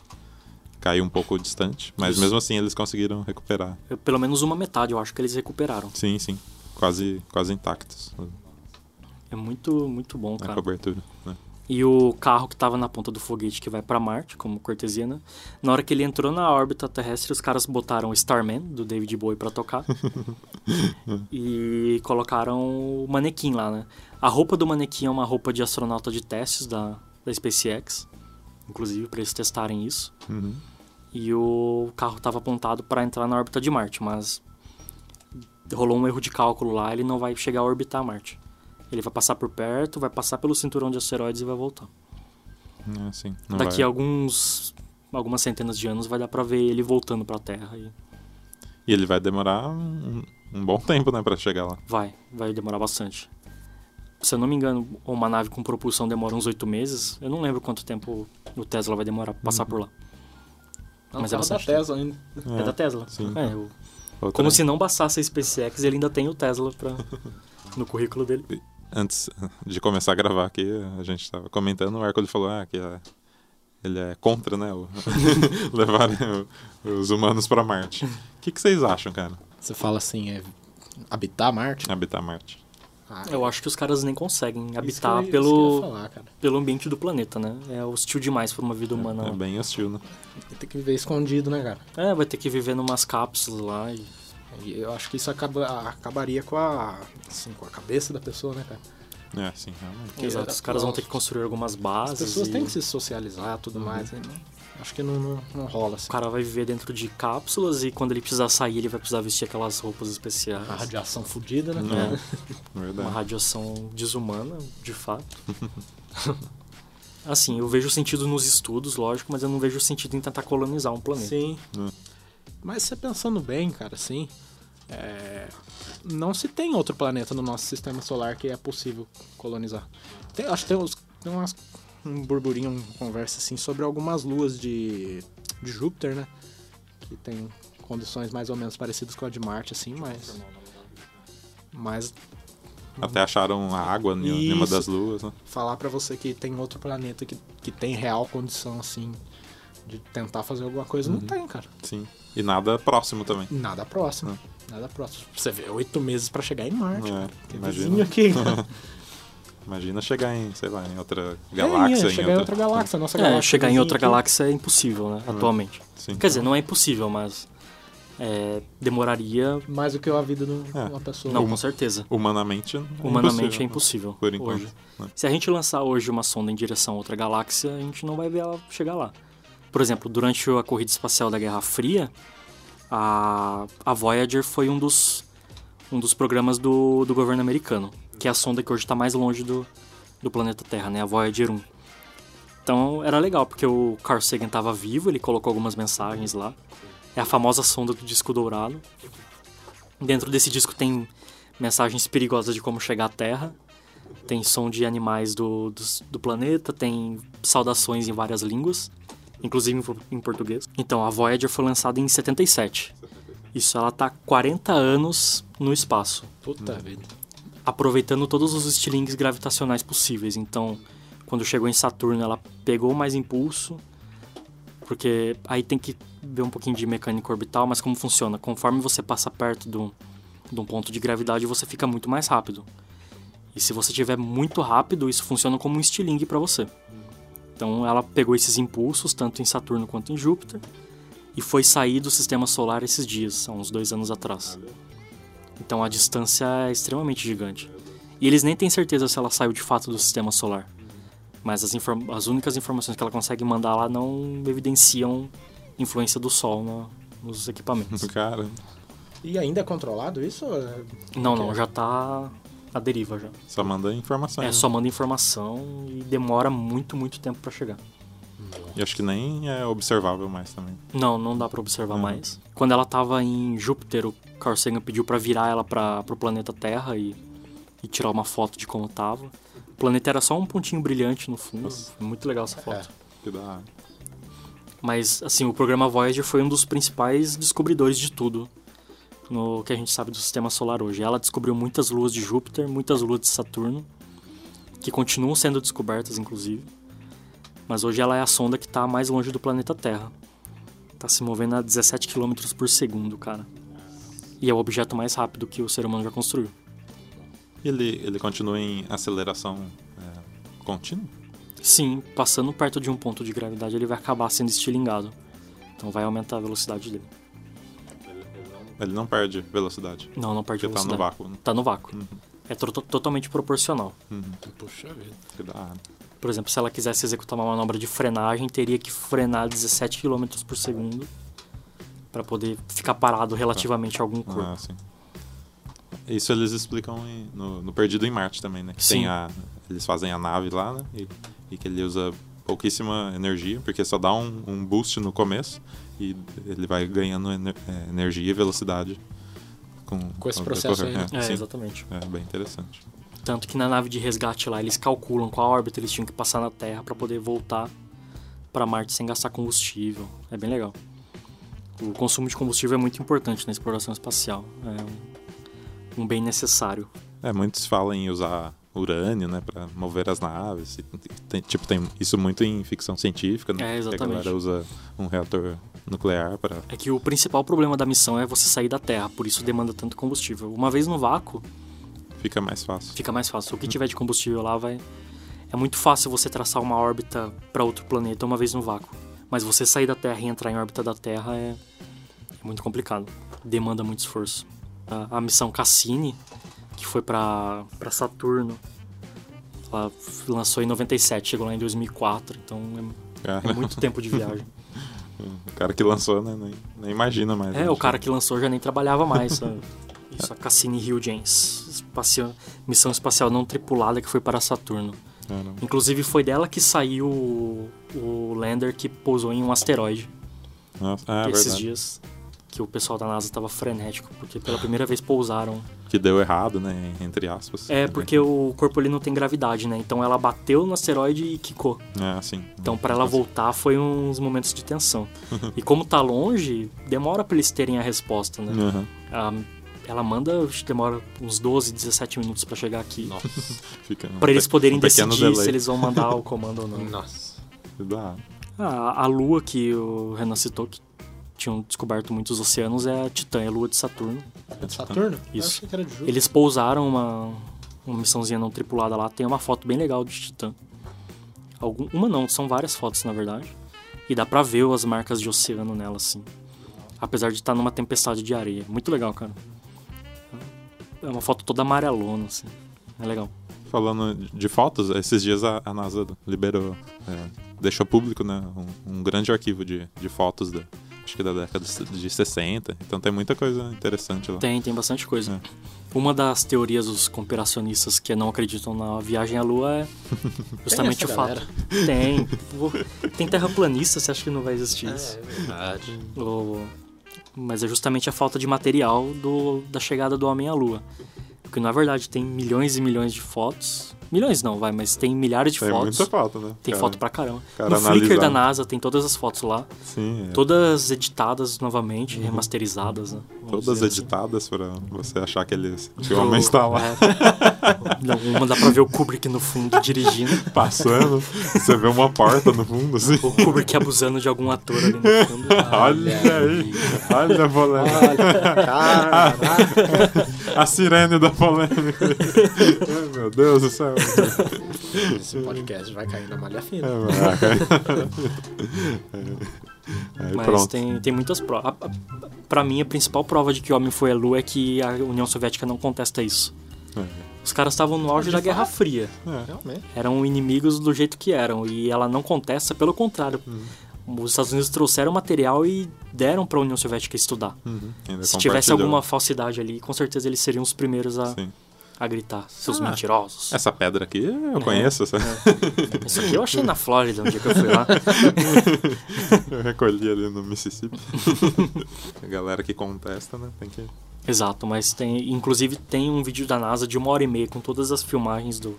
caíram um pouco distante, mas
Isso.
mesmo assim eles conseguiram recuperar.
Eu- Pelo menos uma metade, eu acho que eles recuperaram.
Sim, sim. Quase, quase intactos né,
É muito, muito bom,
a
cara.
cobertura. né.
E o carro que tava na ponta do foguete que vai pra Marte, como cortesia, né? Na hora que ele entrou na órbita terrestre, os caras botaram o Starman, do David Bowie, pra tocar. e colocaram o manequim lá, né? A roupa do manequim é uma roupa de astronauta de testes da, da SpaceX. Inclusive, pra eles testarem isso.
Uhum.
E o carro tava apontado pra entrar na órbita de Marte, mas... Rolou um erro de cálculo lá, ele não vai chegar a orbitar Marte. Ele vai passar por perto, vai passar pelo cinturão de asteroides e vai voltar.
É, sim. Não
Daqui a
vai-
alguns algumas centenas de anos vai dar pra ver ele voltando pra Terra e
E ele vai demorar um, um bom tempo, né, pra chegar lá.
vai, vai demorar bastante. Se eu não me engano, uma nave com propulsão demora uns oito meses. Eu não lembro quanto tempo o Tesla vai demorar pra
Uhum.
passar por lá.
Não,
Mas
mas
é
é da
bastante.
Tesla ainda.
É, da Tesla.
sim.
É, o-
Outra-
como se não bastasse a SpaceX, ele ainda tem o Tesla pra, no currículo dele.
Antes de começar a gravar aqui, a gente tava comentando, o Hércules falou ah, que é- ele é contra, né, o- levar o- os humanos pra Marte. O que, que vocês acham, cara,
Você fala assim, é habitar Marte?
habitar Marte?
Ah,
Eu acho que os caras nem conseguem
isso que eu-
habitar
isso que eu ia
pelo,
falar, cara.
pelo ambiente do planeta, né? É hostil demais pra uma vida humana.
É
lá.
bem hostil, né?
Tem que viver escondido, né, cara?
é, vai ter que viver numas cápsulas lá e
E eu acho que isso acaba- acabaria com a, assim, com a cabeça da pessoa, né, cara?
É, sim, realmente.
Porque
Exato,
era-
os caras vão ter que construir algumas bases.
é, As pessoas
e
têm que se socializar e tudo mais. né? Não- Acho que não, não, não rola assim.
O cara vai viver dentro de cápsulas e quando ele precisar sair, ele vai precisar vestir aquelas roupas especiais.
A radiação fodida, né?
Não. né?
É, uma
Verdade.
radiação desumana, de fato. assim, eu vejo sentido nos estudos, lógico, mas eu não vejo sentido em tentar colonizar um planeta.
Sim.
Não.
Mas você pensando bem, cara, assim. é, Não se tem outro planeta no nosso sistema solar que é possível colonizar. Tem- acho que tem, uns, tem umas- um burburinho, uma conversa assim sobre algumas luas de, de Júpiter, né? Que tem condições mais ou menos parecidas com a de Marte, assim, mas. Mas
Até acharam a água em uma
Isso.
das luas, né?
falar pra você que tem outro planeta que, que tem real condição, assim, de tentar fazer alguma coisa, não tem, cara.
Sim. E nada próximo também.
Nada próximo. Nada próximo. Você vê oito meses pra chegar em Marte.
Ah. É,
que vizinho
imagina,
aqui. É, cara.
imagina chegar em, sei lá, em outra
é,
galáxia.
ia chegar em outra galáxia. Nossa
É,
galáxia.
chegar em
vizinha
outra
aqui.
galáxia é impossível, né? Atualmente.
Sim.
Quer dizer, não é impossível, mas é, demoraria.
Mais do que a vida de um-
É.
uma pessoa.
Não, com certeza.
Humanamente, é
Humanamente é
né?
impossível.
Por enquanto.
Hoje.
né?
Se a gente lançar hoje uma sonda em direção a outra galáxia, a gente não vai ver ela chegar lá. Por exemplo, durante a corrida espacial da Guerra Fria, a, a Voyager foi um dos, um dos programas do, do governo americano, que é a sonda que hoje está mais longe do, do planeta Terra, né? A Voyager 1. Então era legal, porque o Carl Sagan estava vivo, ele colocou algumas mensagens lá. É a famosa sonda do disco dourado. Dentro desse disco tem mensagens perigosas de como chegar à Terra. Tem som de animais do, dos- do planeta, tem saudações em várias línguas, inclusive em por- em português. Então, a Voyager foi lançada em 77. Isso, ela tá 40 anos no espaço
Puta vida.
aproveitando todos os estilingues gravitacionais possíveis. Então, quando chegou em Saturno, ela pegou mais impulso, porque aí tem que ver um pouquinho de mecânica orbital, mas como funciona? Conforme você passa perto de um, de um ponto de gravidade, você fica muito mais rápido. E se você tiver muito rápido, isso funciona como um estilingue para você. Então, ela pegou esses impulsos, tanto em Saturno quanto em Júpiter, e foi sair do sistema solar esses dias, há uns dois anos atrás. Então a distância é extremamente gigante. E eles nem têm certeza se ela saiu de fato do sistema solar. Mas as, infor- as únicas informações que ela consegue mandar lá não evidenciam influência do Sol na- nos equipamentos.
Cara,
E ainda é controlado isso? É,
não, não, já tá à deriva já.
só manda informação.
É,
né?
só manda informação e demora muito, muito tempo pra chegar.
E acho que nem é observável mais também.
Não, não dá pra observar
Não.
mais. Quando ela tava em Júpiter, o Carl Sagan pediu pra virar ela para pro planeta Terra e, e tirar uma foto de como tava. O planeta era só um pontinho brilhante no fundo.
Nossa.
Foi Muito legal essa foto.
Que dá.
Mas, assim, o programa Voyager foi um dos principais descobridores de tudo no que a gente sabe do sistema solar hoje. Ela descobriu muitas luas de Júpiter, muitas luas de Saturno, que continuam sendo descobertas, inclusive. Mas hoje ela é a sonda que está mais longe do planeta Terra. Está se movendo a 17 km por segundo, cara. E é o objeto mais rápido que o ser humano já construiu.
Ele, ele continua em aceleração é, contínua?
Sim, passando perto de um ponto de gravidade, ele vai acabar sendo estilingado. Então vai aumentar a velocidade dele.
Ele não perde velocidade.
Não, não perde
Porque tá no
velocidade.
vácuo. né?
Tá no vácuo. É tro- totalmente proporcional.
Puxa vida.
Que dá.
Por exemplo, se ela quisesse executar uma manobra de frenagem, teria que frenar 17 km por segundo para poder ficar parado relativamente a algum corpo.
Ah, sim. Isso eles explicam em- no, no Perdido em Marte também, né? Que
Sim.
tem a- eles fazem a nave lá, né? E, e que ele usa pouquíssima energia, porque só dá um, um boost no começo e ele vai ganhando ener- é, energia e velocidade com,
Com esse
o
processo
decorrer.
aí, né?
É,
É,
sim.
exatamente.
É bem interessante.
Tanto que na nave de resgate lá, eles calculam qual órbita eles tinham que passar na Terra para poder voltar para Marte sem gastar combustível. É bem legal. O consumo de combustível é muito importante na exploração espacial. É um- um bem necessário.
É, muitos falam em usar urânio, né, para mover as naves. E tem- tipo, tem isso muito em ficção científica, né?
É,
que
exatamente.
a galera usa um reator nuclear para
É que o principal problema da missão é você sair da Terra, por isso demanda tanto combustível. Uma vez no vácuo,
fica mais fácil.
fica mais fácil. O que tiver de combustível lá vai. É muito fácil você traçar uma órbita para outro planeta uma vez no vácuo. Mas você sair da Terra e entrar em órbita da Terra é, é muito complicado. Demanda muito esforço. A, a missão Cassini, que foi para Saturno, ela f- lançou em 97, chegou lá em 2004, então é, é
Cara,
muito tempo de viagem.
o cara que lançou, né, nem, nem imagina mais.
É,
né,
o cara que lançou já nem trabalhava mais. sabe? Isso, a Cassini Huygens. espacia- Missão espacial não tripulada que foi para Saturno.
Caramba.
Inclusive foi dela que saiu o, o lander que pousou em um asteroide
Nossa, ah, é
esses
verdade.
dias. Que o pessoal da NASA estava frenético, porque pela primeira vez pousaram.
Que deu errado, né, entre aspas.
É, porque o corpo ele não tem gravidade, né? Então ela bateu no asteroide e quicou.
É, sim.
Então, para ela voltar, foi uns momentos de tensão. E como tá longe, demora para eles terem a resposta, né?
Aham.
Ah, ela manda, acho que demora uns 12, 17 minutos pra chegar aqui.
Fica um
Pra eles
pe-
poderem
um pequeno
decidir
delay.
se eles vão mandar o comando ou não.
Nossa.
Dá.
A, a lua que o Renan citou, que tinham descoberto muitos oceanos, é a Titã, é a lua de Saturno.
É de Saturno?
Ah,
Isso.
Eu achei que era de Júpiter.
Eles pousaram uma, uma missãozinha não tripulada lá, tem uma foto bem legal de Titã. Algum, uma não, são várias fotos na verdade. E dá pra ver as marcas de oceano nela, assim. Apesar de estar numa tempestade de areia. Muito legal, cara. É uma foto toda amarelona, assim. É legal.
Falando de- de fotos, esses dias a, a NASA liberou, é, deixou público, né, um, um grande arquivo de, de fotos da, acho que da década de 60. Então tem muita coisa interessante lá.
Tem, tem bastante coisa.
É.
Uma das teorias dos conspiracionistas que não acreditam na viagem à Lua é justamente o
essa
fato. Tem. Vou- Tem terraplanista, você acha que não vai existir isso?
É verdade.
O- Mas é justamente a falta de material do- da chegada do homem à Lua. Porque na verdade tem milhões e milhões de fotos Milhões não, vai, mas tem milhares de
Tem
fotos.
muita foto, né?
Tem
Cara,
foto pra caramba.
cara
no Flickr
analisar.
da NASA tem todas as fotos lá,
Sim, é. Uhum.
todas editadas novamente, remasterizadas, né? Vamos
todas
dizer assim.
editadas pra você achar que ele que
Do-
o homem está lá
é. Não, uma dá pra ver o Kubrick no fundo dirigindo.
passando. Você vê uma porta no fundo, assim.
O Kubrick abusando de algum ator ali no fundo.
Olha aí, olha a polêmica.
Caraca.
A sirene da polêmica. Ai, Meu Deus do céu.
Esse podcast vai cair na malha
É,
fina.
maraca. É. Aí
Mas
pronto.
tem, tem muitas provas. A- a- Pra mim, a principal prova de que o homem foi à lua é que a União Soviética não contesta isso.
É.
Os caras estavam no auge da Guerra Fria.
Realmente.
Eram inimigos do jeito que eram. E ela não contesta, pelo contrário. Os Estados Unidos trouxeram material e deram pra União Soviética estudar.
Uhum. Ainda
Se tivesse
compartilhou.
alguma falsidade ali, com certeza eles seriam os primeiros a,
Sim.
a gritar. Seus
Ah.
mentirosos.
Essa pedra aqui eu
É.
conheço, essa-
Isso aqui eu achei na Flórida, um dia que eu fui lá.
eu recolhi ali no Mississippi. a galera que contesta, né? Tem que.
Exato, mas tem. Inclusive tem um vídeo da NASA de uma hora e meia com todas as filmagens do.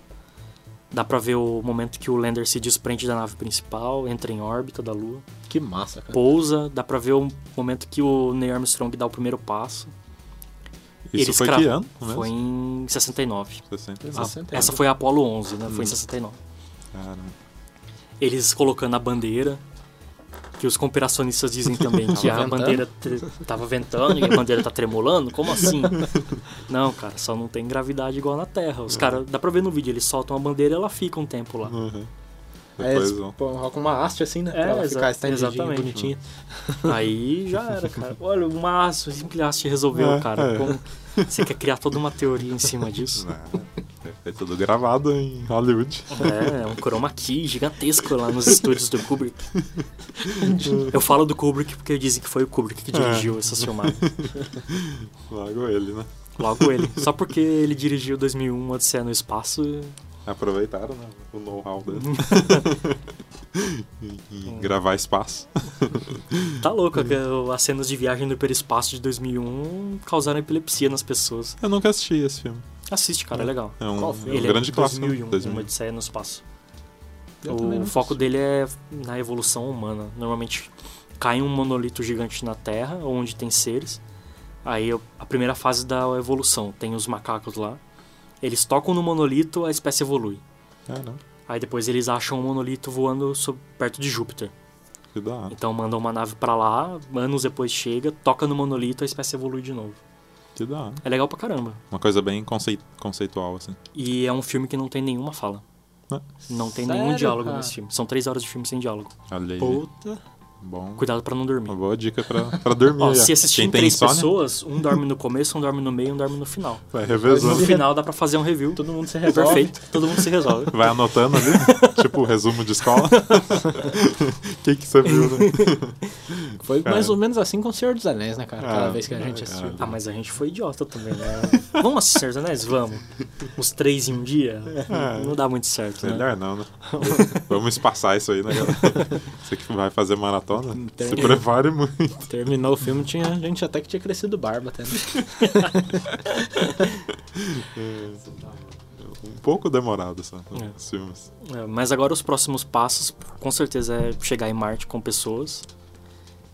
Dá pra ver o momento que o lander se desprende da nave principal, entra em órbita da Lua,
Que massa, cara.
pousa, dá pra ver o momento que o Neil Armstrong dá o primeiro passo.
Isso
Eles
foi
cra-
que ano? mesmo?
Foi em 69.
60.
A-
69.
Essa foi a Apollo 11, né? Foi em 69.
Cara,
Eles colocando a bandeira, que os conspiracionistas dizem também que a
Tava ventando?
bandeira tre- tava ventando e a bandeira tá tremulando. Como assim? Não, cara, só não tem gravidade igual na Terra.
É.
Os caras, dá pra ver no vídeo, eles soltam a bandeira e ela fica um tempo lá.
uhum.
Aí
Depois um-
eles
vão.
É, pô, colocam uma haste assim, né? Pra
É,
ela ficar
exa-
estendidinha,
exatamente.
bonitinha.
Aí já era, cara. Olha, o aço, simples haste resolveu,
É,
cara.
é.
Como- Você quer criar toda uma teoria em cima disso?
Né? Foi tudo gravado em Hollywood.
É, é um chroma key gigantesco lá nos estúdios do Kubrick. Eu falo do Kubrick porque dizem que foi o Kubrick que
É.
dirigiu essas filmagens.
Logo ele, né?
Logo ele. Só porque ele dirigiu 2001 Odisseia no Espaço.
Aproveitaram né? o know-how dele. e, e gravar espaço.
Tá louco,
Uhum.
que as cenas de viagem no hiperespaço de 2001 causaram epilepsia nas pessoas.
Eu nunca assisti esse filme.
Assiste, cara, é legal.
É um,
Qual
é um
filme?
grande
é
clássico.
2001,
2000.
Uma Odisseia no Espaço.
Eu também
o
não
foco
assisti.
dele é na evolução humana. Normalmente cai um monolito gigante na Terra, onde tem seres. Aí eu- a primeira fase da evolução, tem os macacos lá. Eles tocam no monolito, a espécie evolui.
Ah, não.
Aí depois eles acham um monolito voando sob- perto de Júpiter.
Que da hora.
Então mandam uma nave pra lá, anos depois chega, toca no monolito, a espécie evolui de novo.
Que da hora.
É legal pra caramba.
Uma coisa bem concei- conceitual, assim.
E é um filme que não tem nenhuma fala.
Ah.
Não tem
Sério,
nenhum diálogo
cara?
nesse filme. São três horas de filme sem diálogo.
Olha aí.
Puta.
Bom,
Cuidado pra não dormir.
uma boa dica pra, pra dormir.
Ó,
aí, ó.
se assistir
Quem
em
tem
três
insônia,
pessoas, um dorme no começo, um dorme no meio, um dorme no final.
vai
No
revezando.
Resolve.
final dá pra fazer um review.
Todo mundo se resolve.
Perfeito. Todo mundo se resolve.
Vai anotando ali, tipo resumo de escola. O que, que você viu, né?
Foi
Cara.
mais ou menos assim com o Senhor dos Anéis, né, cara? Cada
Ah,
vez que a gente
cara.
assistiu.
Ah, mas a gente foi idiota também, né? Vamos assistir Senhor dos Anéis? Vamos. Uns três em um dia? Não dá muito certo, né?
É. Ah, Melhor não, né? Vamos espaçar isso aí, né, galera? Você que vai fazer maratona,
Então-
se prepare muito.
Terminou o filme, tinha gente até que tinha crescido barba até. Né?
Um pouco demorado, só,
É.
os filmes.
É, mas agora os próximos passos, com certeza, é chegar em Marte com pessoas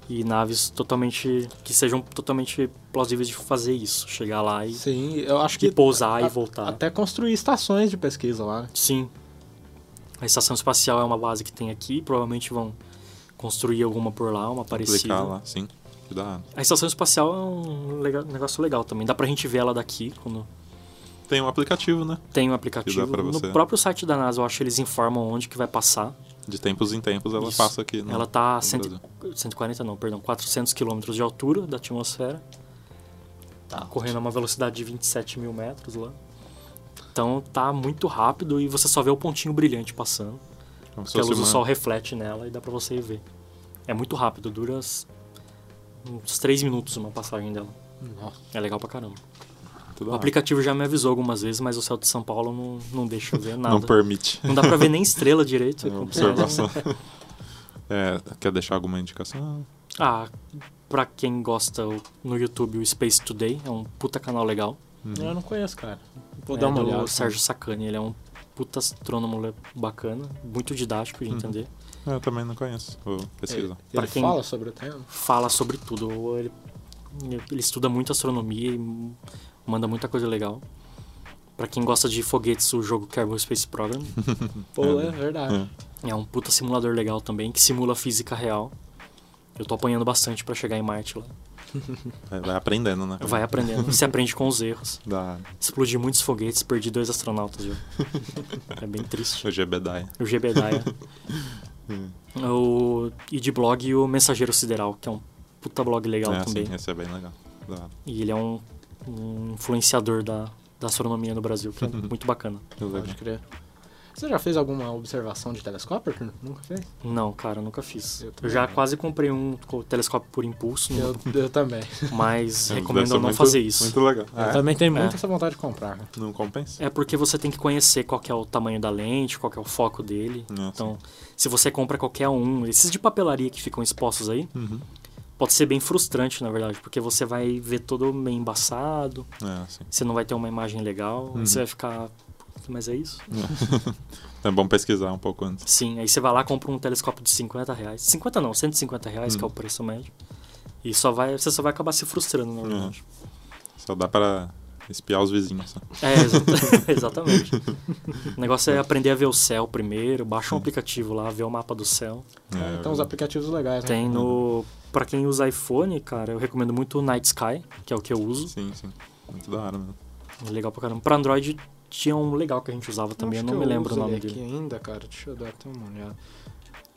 e naves totalmente. que sejam totalmente plausíveis de fazer isso. Chegar lá e,
Sim, eu acho
e
que
pousar
a-
e voltar.
até construir estações de pesquisa lá. né?
Sim. A estação espacial é uma base que tem aqui, provavelmente vão construir alguma por lá, uma parecida.
Aplicar lá, sim. Que da hora.
A estação espacial é um lega- negócio legal também. Dá pra gente ver ela daqui quando
Tem um aplicativo, né?
tem um
Que dá
aplicativo.
pra
No
você.
próprio site da NASA, eu acho que eles informam onde que vai passar.
De tempos em tempos ela
Isso.
passa aqui. né?
Ela tá a
no
cento- 140 não, perdão, 400 quilômetros de altura da atmosfera. Tá correndo a uma velocidade de 27 mil metros lá. Então tá muito rápido e você só vê o pontinho brilhante passando.
Como se
Porque a luz
fosse
do
uma-
sol reflete nela e dá pra você ver. É muito rápido, dura uns- uns 3 minutos uma passagem dela.
Nossa.
É legal pra caramba.
Tudo
O
lá.
aplicativo já me avisou algumas vezes, mas o céu de São Paulo não, não deixa eu ver nada.
Não
Não,
permite.
dá pra ver nem estrela direito.
É
é
uma
complicado.
observação. É, quer deixar alguma indicação?
Ah, pra quem gosta o- no YouTube, o Space Today é um puta canal legal.
Eu não conheço, cara. Uhum. Vou
É
dar uma
do
olhada.
Sérgio Sacani, ele é um puta astrônomo le- bacana, muito didático de
Uhum.
entender.
Eu também não conheço. Vou pesquisar.
Pra
Ele
quem-
fala sobre o tema?
Fala sobre tudo. Ele, ele estuda muito astronomia e manda muita coisa legal. Pra quem gosta de foguetes, o jogo Kerbal Space Program
Pô, é, verdade.
é um puta simulador legal também, que simula a física real. Eu tô apanhando bastante pra chegar em Marte lá.
Vai- Vai aprendendo,
É.
né?
É. Vai aprendendo, se aprende com os erros.
Da
Explodi muitos foguetes, perdi dois astronautas, viu? É bem triste.
o Jebediah.
O Gebedaia.
É.
o... E de blog, o Mensageiro Sideral, que é um puta blog legal
É,
também.
sim, esse é bem legal. Da-
E ele é um, um influenciador da, da astronomia no Brasil, que é
Uhum.
muito bacana.
eu
Pode
lembro.
crer. Você já fez alguma observação de telescópio, Arthur? Nunca fez?
Não, cara, eu nunca fiz.
Eu
Eu,
também
já
não.
quase comprei um co- telescópio por impulso,
Eu, eu também.
mas
Deve
recomendo
ser
não
muito-
fazer isso.
Muito legal. Ah,
Eu
é?
também tenho muito
É.
essa vontade de comprar. né? cara.
Não compensa?
É porque você tem que conhecer qual que é o tamanho da lente, qual que é o foco dele.
É,
Então, se você compra qualquer um, esses de papelaria que ficam expostos aí,
Uhum.
pode ser bem frustrante, na verdade, porque você vai ver todo meio embaçado,
É, sim.
você não vai ter uma imagem legal,
Uhum.
aí você vai ficar. "Puta, Mas é isso?
É bom pesquisar um pouco antes.
Sim, aí você vai lá, compra um telescópio de 50 reais. 50 não, 150 reais, que é o preço médio. E só vai, você só vai acabar se frustrando, na verdade.
Só dá pra espiar os vizinhos. né? Só.
É, exa- exatamente. o negócio é aprender a ver o céu primeiro, baixa um aplicativo lá, vê o mapa do céu.
É,
então, os aplicativos legais, né?
Tem no. Pra quem usa iPhone, cara, eu recomendo muito o Night Sky, que é o que eu uso.
Sim, sim. Muito da hora mesmo.
É Legal pra caramba. Pra Android tinha um legal que a gente usava também, eu
Acho
não
que
me lembro o
uso
nome
ele
dele.
aqui ainda, cara. Deixa eu dar até uma olhada.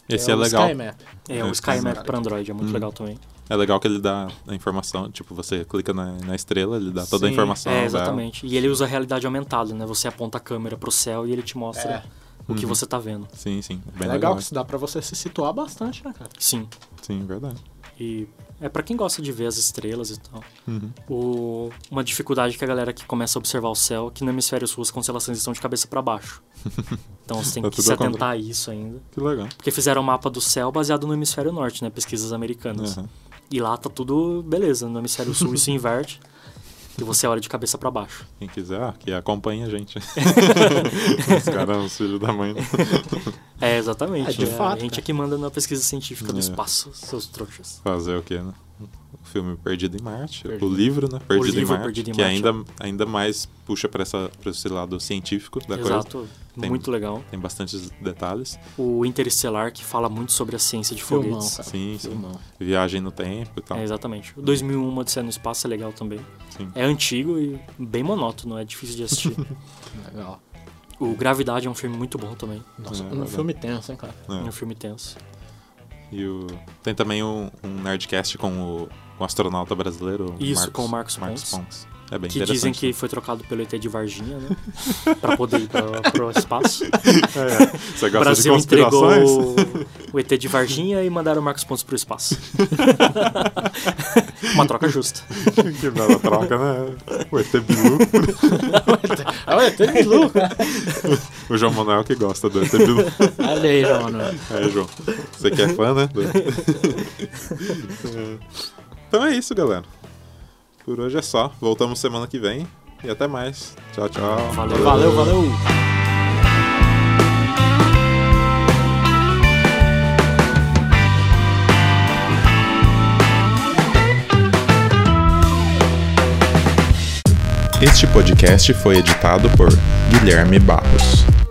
Esse é,
o
legal.
SkyMap.
um É,
É,
o
exato.
SkyMap pra Android, é muito
Uhum.
legal também.
É legal que ele dá a informação. Tipo, você clica na, na estrela, ele dá toda a
Sim,
informação. né?
É,
dela.
exatamente. E ele usa realidade aumentada, né? Você aponta a câmera pro céu e ele te mostra
É,
o que
Uhum.
você tá vendo.
Sim, sim. É
é
Bem legal.
legal que isso dá pra você se situar bastante, né, cara?
Sim.
Sim, verdade.
E é pra quem gosta de ver as estrelas e tal.
Uhum.
O... Uma dificuldade que a galera que começa a observar o céu é que no hemisfério sul as constelações estão de cabeça pra baixo. Então você
Tá
tem que
tudo
se
ao contrário.
atentar a isso ainda.
Que legal.
Porque fizeram um mapa do céu baseado no hemisfério norte, né? Pesquisas americanas.
Uhum.
E lá tá tudo beleza. No hemisfério sul isso inverte. E você olha de cabeça pra baixo.
Quem quiser, ah, que acompanha a gente. os caras, os filhos da mãe.
É, exatamente.
É, de
né?
fato,
a gente
cara.
é que manda na pesquisa científica do
É.
espaço, seus trouxas.
Fazer o quê, né? O filme Perdido em Marte,
Perdido.
o livro, né? Perdido em
livro
Marte,
Perdido em
que
Marte,
ainda, ainda mais puxa pra, essa, pra esse lado científico da coisa.
Exato.
Tem-
Muito legal.
Tem bastantes detalhes.
O Interestelar, que fala muito sobre a ciência de
Filmão,
foguetes.
cara.
Sim, sim.
Filmão.
Viagem no tempo e tal.
Tá. É, exatamente. O 2001, Odisseia no Espaço, é legal também.
Tá. Sim.
É antigo e bem monótono, é difícil de assistir.
Legal.
o Gravidade é um filme muito bom também.
Nossa,
É,
um
legal.
filme tenso, hein, cara?
É
É.
um filme tenso.
E o... Tem também um, um Nerdcast com o, com o astronauta brasileiro.
Isso,
Marcos,
com o Marcos
Pontes. É bem
Que
interessante.
dizem que foi trocado pelo ET de Varginha, né? pra poder ir pra, pro espaço.
É, Você
O
gosta
Brasil
de conspirações?
entregou o ET de Varginha e mandaram o Marcos Pontes pro espaço. Uma troca justa.
que bela troca, né? O ET Bilu.
Ah, ué, tem Bilu, cara.
O João Manuel que gosta do ET Bilu.
Olha aí, João Manuel.
Aí, João. Você que é fã, né? Do- então é isso, galera. Por hoje é só. Voltamos semana que vem. E até mais. Tchau, tchau.
Valeu, valeu.
Este podcast foi editado por Guilherme Barros.